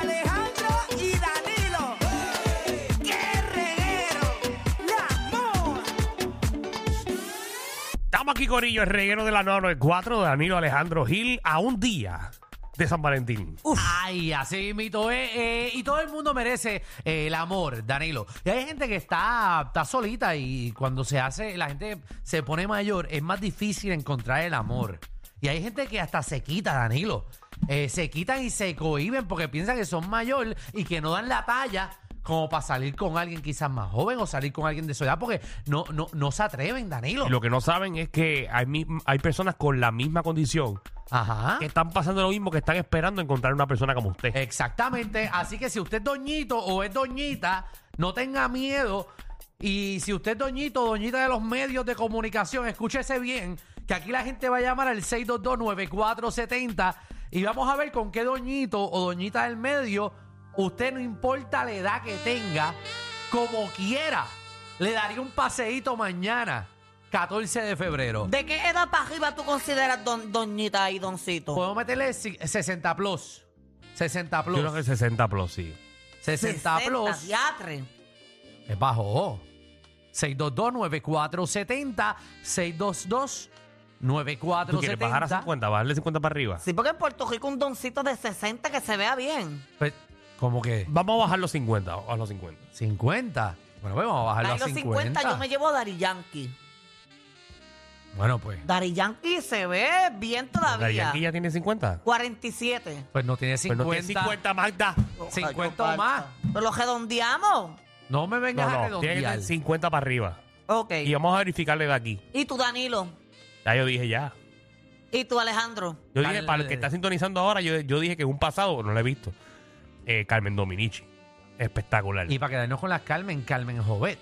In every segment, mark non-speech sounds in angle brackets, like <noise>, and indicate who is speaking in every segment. Speaker 1: Alejandro y Danilo. ¡Qué reguero! ¡La moa!
Speaker 2: Estamos aquí, Corillo, el reguero de la 994, Danilo Alejandro Gil, a un día de San Valentín.
Speaker 3: Uh.
Speaker 4: Ay, así mito es. eh, y todo el mundo merece eh, el amor, Danilo. Y hay gente que está, está solita y cuando se hace, la gente se pone mayor, es más difícil encontrar el amor. Y hay gente que hasta se quita, Danilo. Eh, se quitan y se cohiben porque piensan que son mayor y que no dan la talla como para salir con alguien quizás más joven o salir con alguien de su edad porque no, no, no se atreven, Danilo.
Speaker 2: Y lo que no saben es que hay, mi- hay personas con la misma condición
Speaker 3: Ah.
Speaker 4: Ajá.
Speaker 2: que están pasando lo mismo, que están esperando encontrar una persona como
Speaker 3: Eh,
Speaker 2: usted.
Speaker 4: Exactamente. Así que si usted es doñito o es doñita, no tenga miedo. Y si usted es doñito o doñita de los medios de comunicación, escúchese bien, que aquí la gente va a llamar al 622-9470 y vamos a ver con qué doñito o doñita del medio, usted no importa la edad que tenga, como quiera, le daría un paseíto mañana, 14 de febrero.
Speaker 3: ¿De qué edad para arriba tú consideras don- doñita y doncito?
Speaker 4: Podemos meterle si- 60 plus. 60 plus.
Speaker 2: Yo creo que 60 plus, sí.
Speaker 4: 60 plus.
Speaker 3: diatre.
Speaker 4: Es bajo. 622-9470. 622-9470.
Speaker 2: ¿Tú quieres bajar a
Speaker 4: Pues,
Speaker 2: 50? Bajarle 50 para arriba.
Speaker 3: Sí, porque en Puerto Rico un doncito de 60 que se vea bien.
Speaker 4: Pues, ¿Cómo que?
Speaker 2: Vamos a bajar los 50, o a los 50.
Speaker 4: 50. Bueno, pues vamos a bajarlo
Speaker 3: A
Speaker 4: a
Speaker 3: los
Speaker 4: 50.
Speaker 3: 50 yo me llevo a Dari Yankee.
Speaker 4: Bueno, pues.
Speaker 3: Dari Yankee se ve bien
Speaker 2: Daddy
Speaker 3: todavía.
Speaker 2: Yankee ya tiene 50.
Speaker 3: 47.
Speaker 4: Pues no tiene
Speaker 2: Pero
Speaker 4: 50.
Speaker 2: no tiene 50, Magda.
Speaker 4: 50 o más.
Speaker 3: Pero lo redondeamos.
Speaker 4: No me vengas a
Speaker 2: No, no, tiene que
Speaker 4: redondear.
Speaker 2: tener 50 para arriba.
Speaker 3: Ok.
Speaker 2: Y vamos a verificarle de aquí.
Speaker 3: ¿Y tú, Danilo?
Speaker 2: Ya yo dije ya.
Speaker 3: ¿Y tú, Alejandro?
Speaker 2: Yo
Speaker 4: Cal-
Speaker 2: dije, para el que está sintonizando ahora, yo, yo dije que en un pasado, no lo he visto, eh, Carmen Dominici. Espectacular.
Speaker 4: Y para quedarnos con las Carmen, Carmen Jovet.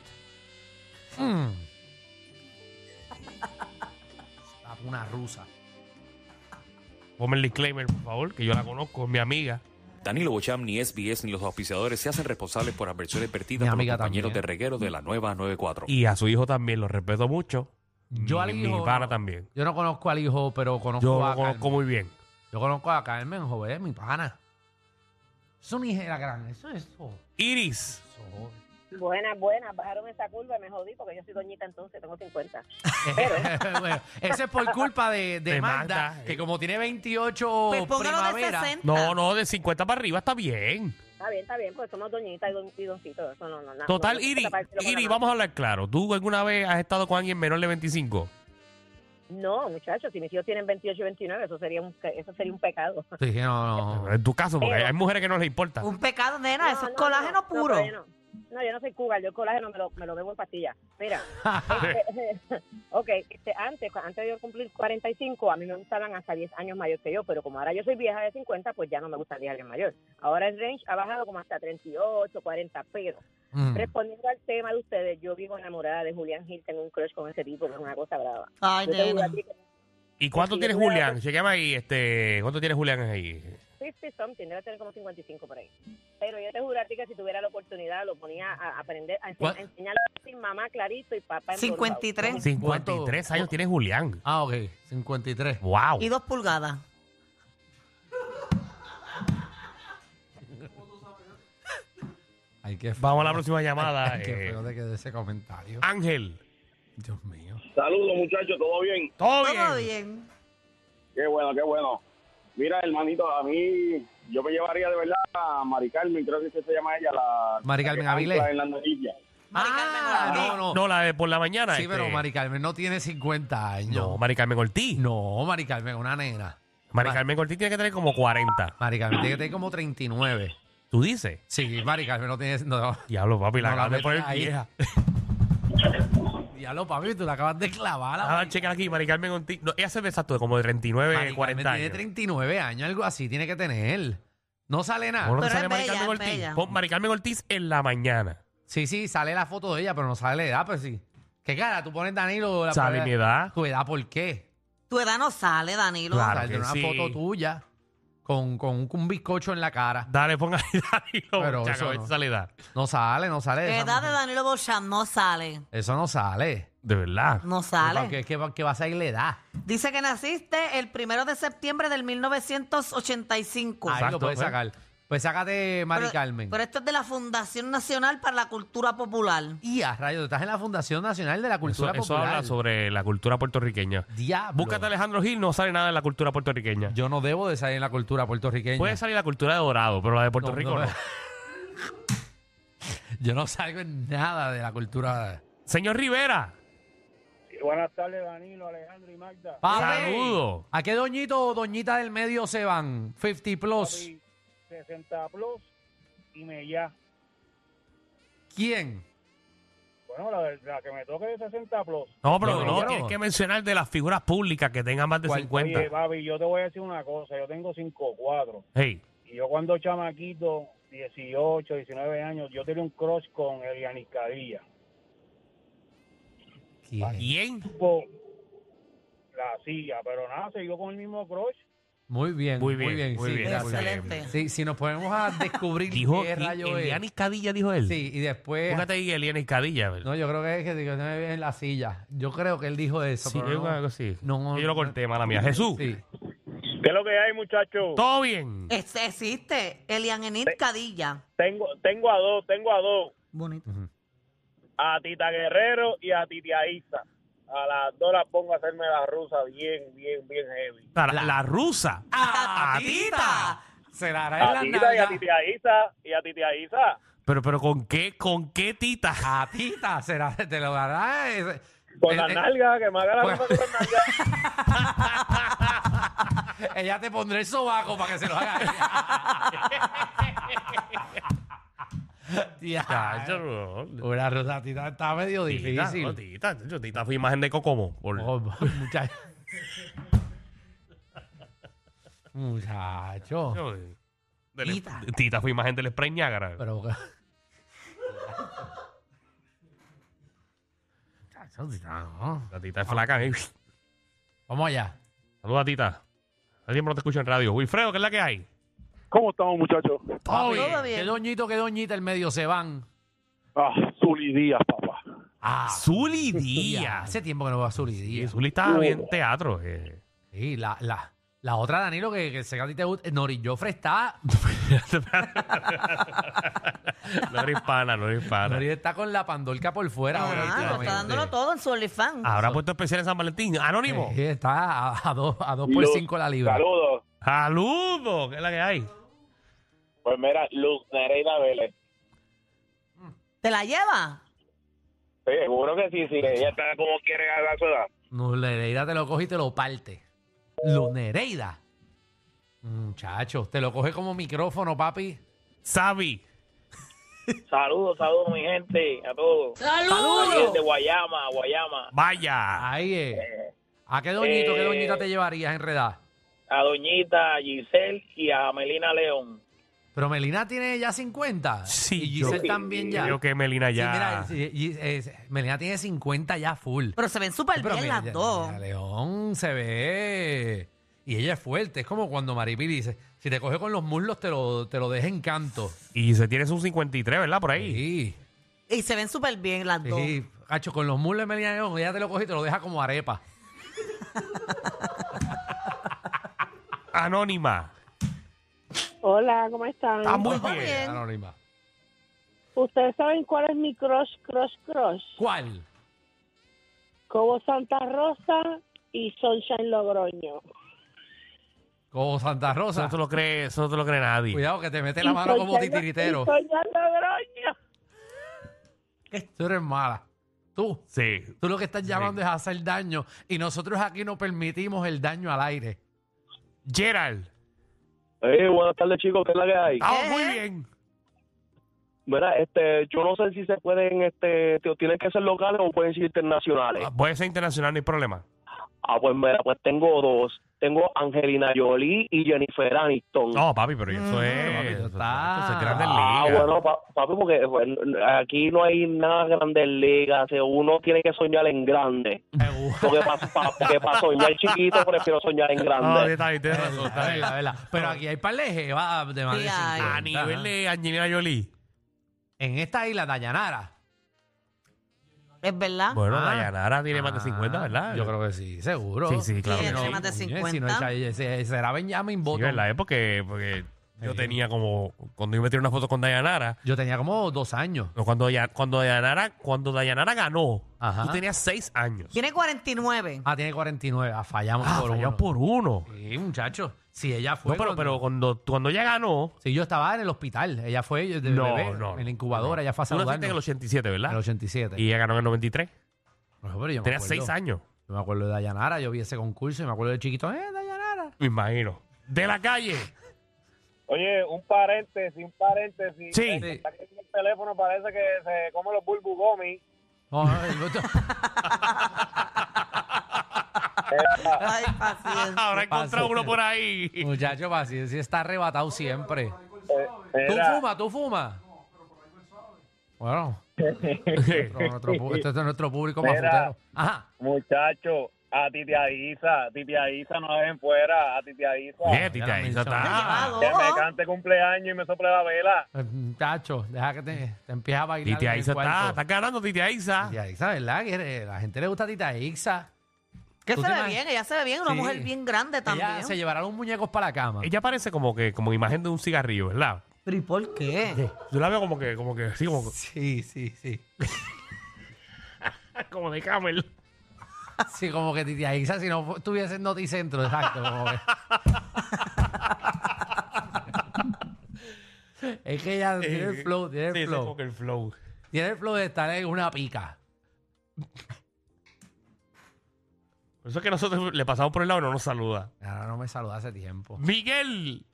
Speaker 3: <laughs>
Speaker 4: Mm. Ah, Una rusa.
Speaker 2: Ponme el disclaimer, por favor, que yo la conozco, es mi amiga.
Speaker 5: Danilo Bocham, ni SBS, ni los auspiciadores se hacen responsables por adversiones vertidas
Speaker 4: Mi
Speaker 5: por los
Speaker 4: amiga
Speaker 5: compañeros
Speaker 4: también.
Speaker 5: de reguero de la nueva 94.
Speaker 2: Y a su hijo también, lo respeto mucho.
Speaker 4: Yo
Speaker 2: mi,
Speaker 4: al
Speaker 2: mi
Speaker 4: hijo no-
Speaker 2: pana también.
Speaker 4: Yo no conozco al hijo, pero conozco
Speaker 2: Yo
Speaker 4: a
Speaker 2: lo conozco
Speaker 4: Carmen.
Speaker 2: muy bien.
Speaker 4: Yo conozco a Carmen Jovet, mi pana. Eso ni era grande, eso es oh, eso.
Speaker 2: Iris.
Speaker 6: Buenas, buenas. Bajaron esa curva y me jodí porque yo soy doñita entonces, tengo 50.
Speaker 4: <laughs> bueno, eso es por culpa de, de
Speaker 2: De
Speaker 4: Magda,
Speaker 2: Magda,
Speaker 4: que
Speaker 2: eh.
Speaker 4: como tiene 28
Speaker 3: Pues póngalo de
Speaker 4: primavera,
Speaker 3: 60.
Speaker 4: Ah.
Speaker 2: No, no, de 50 para arriba está bien.
Speaker 6: Está bien, está bien, pues somos doñita y, don, y doncito. Eso no, no, no.
Speaker 2: Total,
Speaker 6: no se
Speaker 2: Iris,
Speaker 6: tapa el cielo con la
Speaker 2: Iris,
Speaker 6: mano.
Speaker 2: vamos a hablar claro. ¿Tú alguna vez has estado con alguien menor de 25?
Speaker 6: No, muchachos, si mis hijos tienen 28 y 29, eso sería un, eso sería un pecado.
Speaker 4: Sí, dije, no, no.
Speaker 2: En tu caso, porque
Speaker 6: Pero-
Speaker 2: hay mujeres que no les importa.
Speaker 3: Un pecado, nena. eso
Speaker 6: No,
Speaker 3: es
Speaker 6: no,
Speaker 3: colágeno
Speaker 6: no,
Speaker 3: puro.
Speaker 6: No, yo no. No, yo no soy cougar, yo el colágeno me lo, me lo bebo en pastillas. Mira, <laughs> ok, este, antes, cu- antes de yo cumplir 45, a mí me gustaban hasta 10 años mayor que yo, pero como ahora yo soy vieja de 50, pues ya no me gustaría alguien mayor. Ahora el range ha bajado como hasta 38, 40, pero
Speaker 4: Mm.
Speaker 6: Respondiendo al tema de ustedes, yo vivo enamorada de Julián Gil, tengo un crush con ese tipo, que es una cosa brava.
Speaker 3: Ay,
Speaker 6: Yo te juro
Speaker 3: nena.
Speaker 6: a ti que
Speaker 2: ¿Y cuánto
Speaker 6: Sí,
Speaker 2: tiene
Speaker 6: pues, yo creo
Speaker 2: Julián?
Speaker 6: que-
Speaker 2: Chequeame ahí, este, ¿cuánto tiene Julián ahí?
Speaker 6: 50 something, debe tener como 55 por ahí. Pero yo te juro a ti que si tuviera la oportunidad, lo ponía a aprender, a, enseñar
Speaker 4: ¿Cuál?
Speaker 6: a enseñarle a decir mamá clarito y papá. emborbado.
Speaker 3: 53
Speaker 2: 53 años tiene Julián.
Speaker 4: Ah, ok, 53.
Speaker 2: ¡Wow!
Speaker 3: y 2 pulgadas.
Speaker 4: Hay que
Speaker 2: Vamos a Ah. la próxima llamada.
Speaker 4: Ay, qué
Speaker 2: eh,
Speaker 4: feo de que de ese comentario.
Speaker 2: Ángel.
Speaker 4: Dios mío.
Speaker 7: Saludos, muchachos, ¿todo bien?
Speaker 2: Todo bien.
Speaker 3: Todo bien.
Speaker 7: Qué bueno, qué bueno. Mira, hermanito, a mí yo me llevaría de verdad a Mari Carmen, creo que es que se llama ella, la.
Speaker 4: Mari Carmen
Speaker 7: la que
Speaker 4: Avilés.
Speaker 7: ancla En la noticia.
Speaker 3: Mari Carmen
Speaker 4: ah,
Speaker 3: Ortiz.
Speaker 4: no, no.
Speaker 2: No, la de por la mañana.
Speaker 4: Sí,
Speaker 2: este,
Speaker 4: pero Mari Carmen no tiene 50 años.
Speaker 2: No, Mari Carmen Ortiz.
Speaker 4: No, Mari Carmen, una nena.
Speaker 2: Mari Carmen Cortés tiene que tener como 40.
Speaker 4: Mari Carmen tiene que tener como 39.
Speaker 2: ¿Tú dices?
Speaker 4: Sí, Mari Carmen no tiene... No,
Speaker 2: Diablo, papi, Pues la
Speaker 4: no
Speaker 2: acabas de poner
Speaker 4: metas ahí.
Speaker 2: vieja.
Speaker 4: <laughs> Diablo, papi, tú la acabas de clavar. la
Speaker 2: Ah,
Speaker 4: Mari
Speaker 2: checa aquí, Mari Carmen Cortés. No, ella se ve exacto de como de 39,
Speaker 4: Mari Carmen
Speaker 2: 40
Speaker 4: Tiene
Speaker 2: años.
Speaker 4: 39 años, algo así tiene que tener. No sale nada.
Speaker 2: ¿Cómo no te
Speaker 3: Pero
Speaker 2: sale
Speaker 3: es
Speaker 2: Mari
Speaker 3: bella,
Speaker 2: Carmen
Speaker 3: es
Speaker 2: Ortiz?
Speaker 3: bella.
Speaker 2: Pon Mari Carmen Ortiz en la mañana.
Speaker 4: Sí, sí, sale la foto de ella, pero no sale la edad, pues sí. ¿Qué cara? Tú pones Danilo... La
Speaker 2: Sale mi edad.
Speaker 4: ¿Tu edad por qué?
Speaker 3: Tu edad no sale, Danilo.
Speaker 2: Claro
Speaker 4: Sale
Speaker 2: que
Speaker 4: una
Speaker 2: sí.
Speaker 4: foto tuya con, con un, un bizcocho en la cara.
Speaker 2: Dale, ponga <laughs> ahí, Danilo.
Speaker 4: Pero
Speaker 2: chaco,
Speaker 4: eso
Speaker 2: a ver si
Speaker 4: no.
Speaker 2: sale edad.
Speaker 4: No sale, no sale.
Speaker 3: La
Speaker 4: esa
Speaker 3: edad de
Speaker 4: mujer.
Speaker 3: Danilo Bocham no sale.
Speaker 4: Eso no sale.
Speaker 2: De verdad.
Speaker 3: No
Speaker 4: ¿Para
Speaker 3: sale.
Speaker 4: ¿Qué, qué, qué vas a ir la edad?
Speaker 3: Dice que naciste el primero de septiembre del 1985.
Speaker 4: Ahí
Speaker 2: Exacto,
Speaker 4: lo puedes
Speaker 2: ¿eh?
Speaker 4: sacar. Pues sácate Mari
Speaker 3: pero,
Speaker 4: Carmen.
Speaker 3: pero esto es de la Fundación Nacional para la Cultura Popular.
Speaker 4: Y a rayos, estás en la Fundación Nacional de la
Speaker 2: Eso,
Speaker 4: Cultura
Speaker 2: eso
Speaker 4: Popular.
Speaker 2: habla sobre la cultura puertorriqueña.
Speaker 4: Diablo.
Speaker 2: Búscate a Alejandro Gil, no sale nada de la cultura puertorriqueña.
Speaker 4: Yo no debo de salir en la cultura puertorriqueña.
Speaker 2: Puede salir la cultura de Dorado, pero la de Puerto
Speaker 4: No,
Speaker 2: Rico
Speaker 4: no.
Speaker 2: no.
Speaker 4: Yo no <laughs> salgo en nada de la cultura.
Speaker 2: Señor Rivera,
Speaker 7: Buenas tardes, Danilo, Alejandro y Magda.
Speaker 2: saludo.
Speaker 4: ¿A qué doñito o doñita del medio se van? 50 plus.
Speaker 7: 60 plus y me ya.
Speaker 4: ¿Quién?
Speaker 7: Bueno, la, verdad que me toque de 60 plus.
Speaker 2: No, pero
Speaker 4: No,
Speaker 2: no,
Speaker 4: pero-
Speaker 2: tienes que mencionar de las figuras públicas que tengan más de
Speaker 4: ¿Cuál?
Speaker 2: 50.
Speaker 7: Oye, papi, yo te voy a decir una cosa. Yo tengo 5'4".
Speaker 2: Hey,
Speaker 7: Y yo cuando chamaquito, 18, 19 años, yo tenía un crush con Elianis Cadilla.
Speaker 4: ¿Quién?
Speaker 2: ¿quién?
Speaker 7: Tipo, la silla, pero nada, siguió con el mismo crush.
Speaker 4: Muy bien, muy
Speaker 2: Muy
Speaker 4: bien,
Speaker 2: bien, muy
Speaker 4: sí,
Speaker 2: bien, muy
Speaker 4: gracias.
Speaker 2: bien.
Speaker 3: Excelente.
Speaker 4: Sí, si nos ponemos
Speaker 2: <laughs>
Speaker 4: a descubrir
Speaker 2: Dijo
Speaker 4: qué
Speaker 2: ¿quién?
Speaker 4: rayo es.
Speaker 2: Elianis Cadilla, dijo él.
Speaker 4: Sí, y después.
Speaker 2: Búscate ahí Elianis Cadilla. ¿verdad?
Speaker 4: No, yo creo que es que digo, no me ve en la silla. Yo creo que él dijo eso.
Speaker 2: Sí,
Speaker 4: pero
Speaker 2: yo
Speaker 4: no.
Speaker 2: algo así.
Speaker 4: No,
Speaker 2: yo lo
Speaker 4: no.
Speaker 2: corté, mala mía. Jesús,
Speaker 4: Sí. Eh,
Speaker 7: ¿Qué es lo que hay, muchachos?
Speaker 2: todo bien.
Speaker 3: Es- existe Elian Enid Cadilla.
Speaker 7: Tengo, tengo a dos, tengo a dos.
Speaker 3: Bonito.
Speaker 7: A Tita Guerrero y a Tita Isa. A las dos las pongo a hacerme la rusa bien, bien, bien heavy.
Speaker 2: La, la rusa.
Speaker 4: Ah.
Speaker 3: ¡Tatita!
Speaker 4: Se la hará
Speaker 7: A
Speaker 4: en la
Speaker 7: Tita y a
Speaker 4: nalga.
Speaker 7: Tita Isa y a Tita Isa.
Speaker 2: Pero, pero ¿con qué, con qué tita?
Speaker 4: A tita, se la- te lo dará. eh,
Speaker 7: Con
Speaker 4: eh,
Speaker 7: la
Speaker 4: eh,
Speaker 7: nalga, que me haga la
Speaker 4: pues-
Speaker 7: rusa con la nalga.
Speaker 4: Ella te pondrá el sobaco para que se lo
Speaker 7: <laughs>
Speaker 4: haga. a ella.
Speaker 2: Ya, yo
Speaker 4: Tía,
Speaker 2: no.
Speaker 4: eh. una rosa tita está medio
Speaker 2: Tita, no,
Speaker 4: Ah. difícil.
Speaker 2: tita, yo, tita fue imagen de Cocomo. Por-
Speaker 4: Oh, muchacho. Muchacho.
Speaker 2: yo, eh, de- del-
Speaker 3: Tita.
Speaker 2: tita fue imagen del spray Niágara.
Speaker 4: Pero. Chacho, tita, no.
Speaker 2: La tita es flaca. ¿eh?
Speaker 4: Vamos allá.
Speaker 2: Saluda, tita. Hace tiempo no te escucho en radio. Wilfredo, ¿qué es la que hay?
Speaker 7: ¿Cómo estamos, muchachos?
Speaker 4: Todo
Speaker 3: bien. Todo bien.
Speaker 4: Qué doñito, qué doñita el medio se van.
Speaker 7: Ah, Zulidías, papá.
Speaker 4: Ah,
Speaker 2: Zuli
Speaker 4: ya,
Speaker 2: Díaz.
Speaker 4: Hace tiempo que no va a Zuli
Speaker 2: Y
Speaker 4: Díaz.
Speaker 2: Zuli está bien teatro. eh.
Speaker 4: Sí, la, la, la otra, Danilo, que, que sé que a ti te gusta. Nori Joffre está.
Speaker 2: No eres hispana, no eres hispana.
Speaker 4: Nori está con la pandorca por fuera. ahora,
Speaker 3: Ah, lo
Speaker 4: últimamente.
Speaker 3: está dándolo todo en su OnlyFans.
Speaker 2: Habrá puesto especial en San Valentín. Anónimo.
Speaker 4: Sí, está a, a dos, a dos por
Speaker 7: Los-
Speaker 4: cinco la libra.
Speaker 7: Saludos.
Speaker 2: Saludos, ¿qué es la que hay?
Speaker 7: Pues mira, Luz Nereida Vélez.
Speaker 3: ¿Te la lleva?
Speaker 7: Seguro que sí, sí. <laughs> Ella está como quiere a la ciudad.
Speaker 4: No, Nereida te lo coge y te lo parte. Lo Nereida. Muchachos, te lo coge como micrófono, papi.
Speaker 2: Sabi.
Speaker 7: Saludos, saludos, mi gente, a todos. Saludos. De Guayama, Guayama.
Speaker 2: Vaya.
Speaker 4: Ahí es. ¿A qué doñito, qué
Speaker 7: Ah. Eh.
Speaker 4: doñita te llevarías enredada?
Speaker 7: A Doñita, a Giselle y a Melina León.
Speaker 4: Pero Melina tiene ya 50.
Speaker 2: Sí,
Speaker 4: Y Giselle
Speaker 2: yo-
Speaker 4: también ya.
Speaker 2: Creo que Melina
Speaker 4: Ah, Sí, mira,
Speaker 2: ya.
Speaker 4: sí, y- es- Melina tiene 50 ya full.
Speaker 3: Pero se ven súper
Speaker 4: Pero
Speaker 3: bien
Speaker 4: mira,
Speaker 3: las
Speaker 4: ya-
Speaker 3: dos.
Speaker 4: mira, León se ve. Y ella es fuerte. Es como cuando Maripi dice: si te coge con los muslos, te lo, te lo deja en canto.
Speaker 2: Y se tiene su 53, ¿verdad? Por ahí.
Speaker 4: Sí.
Speaker 3: Y se ven súper bien las dos.
Speaker 4: Sí, cacho, con los muslos de Melina León, ella te lo coge y te lo deja como arepa.
Speaker 2: Anónima.
Speaker 6: Hola, ¿cómo están?
Speaker 2: Está muy
Speaker 3: Muy
Speaker 2: bien.
Speaker 3: bien.
Speaker 4: Anónima.
Speaker 6: ¿Ustedes saben cuál es mi crush, crush, crush?
Speaker 4: ¿Cuál?
Speaker 6: Cobo Santa Rosa y Sunshine Logroño.
Speaker 4: Como Santa
Speaker 2: Eso
Speaker 4: Rosa.
Speaker 2: no te lo cree, eso no te lo cree nadie.
Speaker 4: Cuidado que te mete la mano
Speaker 6: Y
Speaker 4: como
Speaker 6: Sunshine-
Speaker 4: titiritero.
Speaker 6: y Sunshine Logroño.
Speaker 4: Tú eres mala. Tú.
Speaker 2: Sí.
Speaker 4: Tú lo que estás llamando es a hacer daño y nosotros aquí no permitimos el daño al aire.
Speaker 2: Gerald.
Speaker 7: Eh, buenas tardes, chicos. ¿Qué es la que
Speaker 4: Ah.
Speaker 7: hay?
Speaker 2: Estamos muy bien.
Speaker 7: Mira, este, yo no sé si se pueden, este, tío, tienen que ser locales o pueden ser internacionales.
Speaker 2: Ah, Puede ser internacional, no hay problema.
Speaker 7: Ah, pues mira, pues tengo dos. Tengo Angelina Jolie y Jennifer Aniston.
Speaker 2: No, papi, pero eso es.
Speaker 4: Mm. papi, eso
Speaker 2: eso
Speaker 4: está-
Speaker 2: eso es Grandes
Speaker 7: Ah,
Speaker 2: Ligas.
Speaker 7: bueno, pa- papi, porque bueno, aquí no hay nada grande en liga. o sea, uno tiene que soñar en grande. Porque para soñar chiquito prefiero soñar en
Speaker 2: Ah,
Speaker 7: grande.
Speaker 2: está bien, tienes razón, está
Speaker 4: A
Speaker 2: bien.
Speaker 4: ver, a ver, a ver. Pero aquí hay par de jevas de más de
Speaker 3: Sí, hay.
Speaker 4: 50.
Speaker 2: A nivel de Angelina Jolie.
Speaker 4: En esta isla, Dayanara.
Speaker 3: Es verdad.
Speaker 2: Bueno,
Speaker 4: Ah.
Speaker 2: Dayanara tiene más de
Speaker 4: Ah,
Speaker 2: 50, ¿verdad?
Speaker 4: Yo creo que sí, seguro.
Speaker 2: Sí, sí, claro.
Speaker 3: Sí,
Speaker 2: que
Speaker 3: tiene
Speaker 2: sí.
Speaker 3: más de
Speaker 4: Oye,
Speaker 3: 50.
Speaker 4: Si no es Chayo, ese- será Benjamin
Speaker 2: Sí,
Speaker 4: Button.
Speaker 2: ¿verdad? Es porque, porque yo
Speaker 4: Sí.
Speaker 2: tenía como. Cuando yo me tiré una foto con Dayanara.
Speaker 4: Yo tenía como dos años.
Speaker 2: no, Cuando, Daya- cuando, Dayanara, cuando Dayanara ganó,
Speaker 4: Ajá.
Speaker 2: tú tenías 6 años.
Speaker 3: Tiene
Speaker 4: <laughs>
Speaker 3: 49.
Speaker 4: Ah, tiene 49. Ah, fallamos
Speaker 2: Ah,
Speaker 4: por
Speaker 2: falló
Speaker 4: uno.
Speaker 2: por uno.
Speaker 4: Sí, muchacho. Si ella fue.
Speaker 2: No, pero,
Speaker 4: cuando-
Speaker 2: pero cuando, cuando ella ganó.
Speaker 4: Sí, yo estaba en el hospital. Ella fue de
Speaker 2: No,
Speaker 4: bebé,
Speaker 2: no.
Speaker 4: en la incubadora. Ella fue a
Speaker 2: Tú naciste
Speaker 4: saludarnos.
Speaker 2: en el 87,
Speaker 4: En el
Speaker 2: ¿verdad?
Speaker 4: 87.
Speaker 2: Y ella ganó en el 93.
Speaker 4: No, pero yo me
Speaker 2: Tenías
Speaker 4: acuerdo.
Speaker 2: 6 años,
Speaker 4: Yo me acuerdo de Dayanara. Yo vi ese concurso y me acuerdo de chiquito. ¡Eh, Dayanara!
Speaker 2: me imagino. De la calle.
Speaker 7: Oye, un paréntesis, un paréntesis. Eh,
Speaker 2: Sí.
Speaker 4: Sí.
Speaker 7: El teléfono parece que se come los bulbu gomi.
Speaker 4: No, no, el otro-
Speaker 3: Ay, paciencia.
Speaker 2: <laughs> Habrá encontrado
Speaker 4: pasó?
Speaker 2: uno por ahí.
Speaker 4: <laughs> Muchacho, así, así está arrebatado siempre.
Speaker 7: Eh,
Speaker 4: ¿Tú fumas? ¿Tú fumas? Bueno, nuestro- nuestro pu- este es nuestro público más
Speaker 7: Mira.
Speaker 4: futero. Ajá.
Speaker 7: <laughs> Muchacho, a Titia Isa, Titia Isa no dejen fuera, a Titia Isa.
Speaker 2: Oye, tita,
Speaker 4: la
Speaker 2: ahí
Speaker 4: mencioné.
Speaker 7: Ah,
Speaker 2: está.
Speaker 3: Que me
Speaker 7: cante cumpleaños y me sople la vela.
Speaker 4: Eh, Muchacho, deja que te, te empieces a bailar. en
Speaker 2: Tita
Speaker 4: el
Speaker 2: Isa está,
Speaker 4: cuarto.
Speaker 2: está ganando Tita Isa.
Speaker 4: Tita Isa, ¿verdad? Que eh, la gente le gusta a Tita Ixa.
Speaker 3: Que
Speaker 4: ¿Tú
Speaker 3: se
Speaker 4: te
Speaker 3: ve
Speaker 4: imaginas?
Speaker 3: bien, ella se ve bien, una
Speaker 4: Sí.
Speaker 3: mujer bien grande
Speaker 4: Ella
Speaker 3: también.
Speaker 4: se llevará los muñecos para la cama.
Speaker 2: Ella parece como que como imagen de un cigarrillo, ¿verdad?
Speaker 3: ¿Pero y por qué?
Speaker 2: Yo la veo como que como que sí, como,
Speaker 4: Sí, sí, sí.
Speaker 2: como de camel.
Speaker 4: Sí, como que Tita Ixa, si no fu- estuviese en Noticentro, exacto. como que- <laughs> es que ella tiene el flow, tiene el
Speaker 2: Eh, Sí, sí,
Speaker 4: flow.
Speaker 2: como que el flow.
Speaker 4: Tiene el flow de estar en una pica.
Speaker 2: Por eso es que nosotros le pasamos por el lado y no nos saluda.
Speaker 4: Ahora no me saluda hace tiempo.
Speaker 2: Miguel,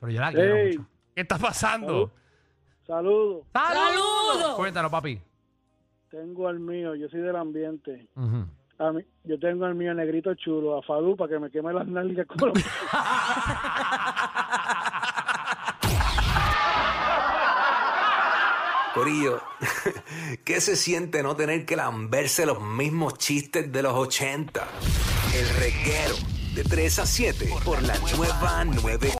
Speaker 4: Pero yo la quiero
Speaker 7: Ey.
Speaker 4: mucho.
Speaker 2: ¿qué está pasando?
Speaker 7: Saludos,
Speaker 4: ¡Saludos! Cuéntanos, papi.
Speaker 7: tengo el mío, yo soy del ambiente.
Speaker 4: Ujú.
Speaker 7: A mí- yo tengo el mío negrito chulo, a Falú, para que me queme las nalgas como los-
Speaker 8: Corillo, <laughs> ¿qué se siente no tener que lamberse los mismos chistes de los 80? El reguero de 3 a 7 por la nueva 9.